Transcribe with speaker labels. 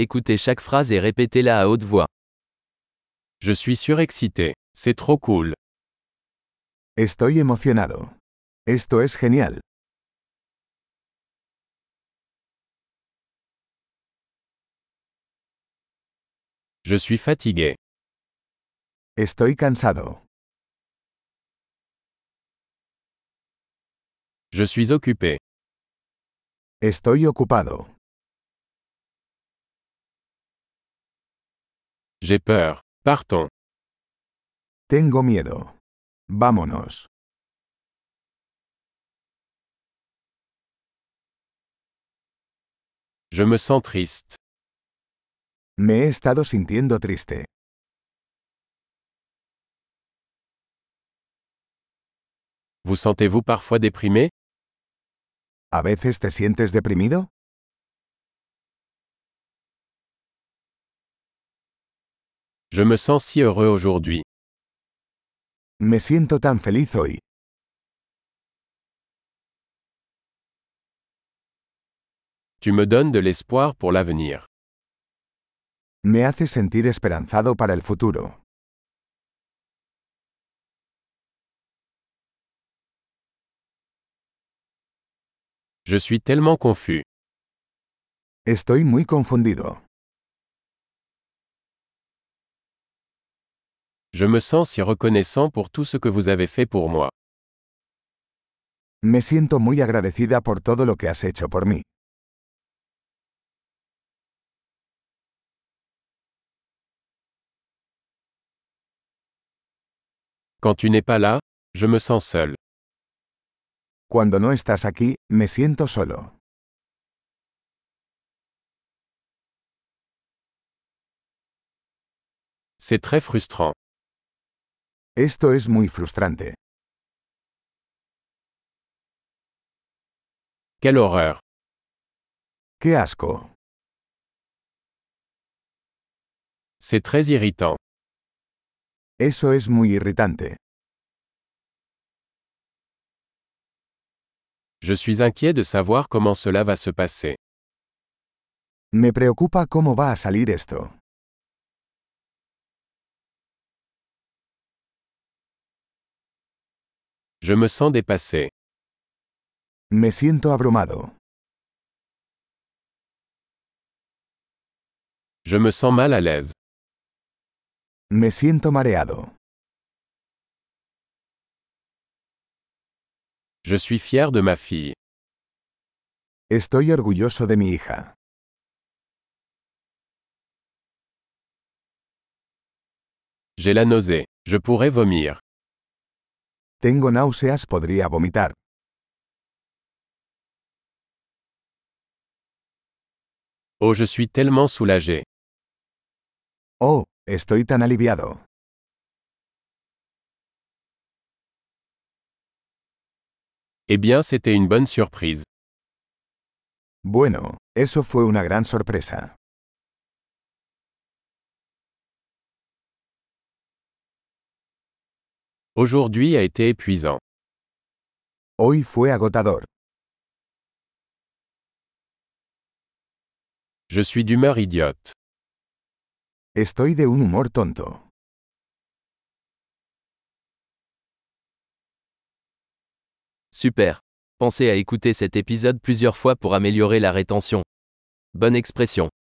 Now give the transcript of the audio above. Speaker 1: Écoutez chaque phrase et répétez-la à haute voix.
Speaker 2: Je suis surexcité. C'est trop cool.
Speaker 3: Estoy emocionado. Esto es genial.
Speaker 2: Je suis fatigué.
Speaker 3: Estoy cansado.
Speaker 2: Je suis occupé.
Speaker 3: Estoy ocupado.
Speaker 2: J'ai peur. Partons.
Speaker 3: Tengo miedo. Vámonos.
Speaker 2: Je me sens triste.
Speaker 3: Me he estado sintiendo triste.
Speaker 2: Vous sentez-vous parfois déprimé
Speaker 3: ¿A veces te sientes deprimido?
Speaker 2: Je me sens si heureux aujourd'hui.
Speaker 3: Me siento tan feliz hoy.
Speaker 2: Tu me donnes de l'espoir pour l'avenir.
Speaker 3: Me hace sentir esperanzado para el futuro.
Speaker 2: Je suis tellement confus.
Speaker 3: Estoy muy confundido.
Speaker 2: Je me sens si reconnaissant pour tout ce que vous avez fait pour moi.
Speaker 3: Me siento muy agradecida por todo lo que has hecho por mí.
Speaker 2: Quand tu n'es pas là, je me sens seul.
Speaker 3: Cuando no estás aquí, me siento solo.
Speaker 2: C'est très frustrant.
Speaker 3: Esto es muy frustrante.
Speaker 2: Quelle horreur.
Speaker 3: ¡Qué asco!
Speaker 2: C'est très irritant.
Speaker 3: Eso es muy irritante.
Speaker 2: Je suis inquiet de savoir comment cela va se passer.
Speaker 3: Me preocupa cómo va a salir esto.
Speaker 2: Je me sens dépassé.
Speaker 3: Me siento abrumado.
Speaker 2: Je me sens mal à l'aise.
Speaker 3: Me siento mareado.
Speaker 2: Je suis fier de ma fille.
Speaker 3: Estoy orgulloso de mi hija.
Speaker 2: J'ai la nausée. Je pourrais vomir.
Speaker 3: Tengo náuseas, podría vomitar.
Speaker 2: Oh, je suis tellement soulagé.
Speaker 3: Oh, estoy tan aliviado.
Speaker 2: Eh bien, c'était une bonne surprise.
Speaker 3: Bueno, eso fue una gran sorpresa.
Speaker 2: Aujourd'hui a été épuisant.
Speaker 3: Hoy fue agotador.
Speaker 2: Je suis d'humeur idiote.
Speaker 3: Estoy de un humor tonto.
Speaker 1: Super. Pensez à écouter cet épisode plusieurs fois pour améliorer la rétention. Bonne expression.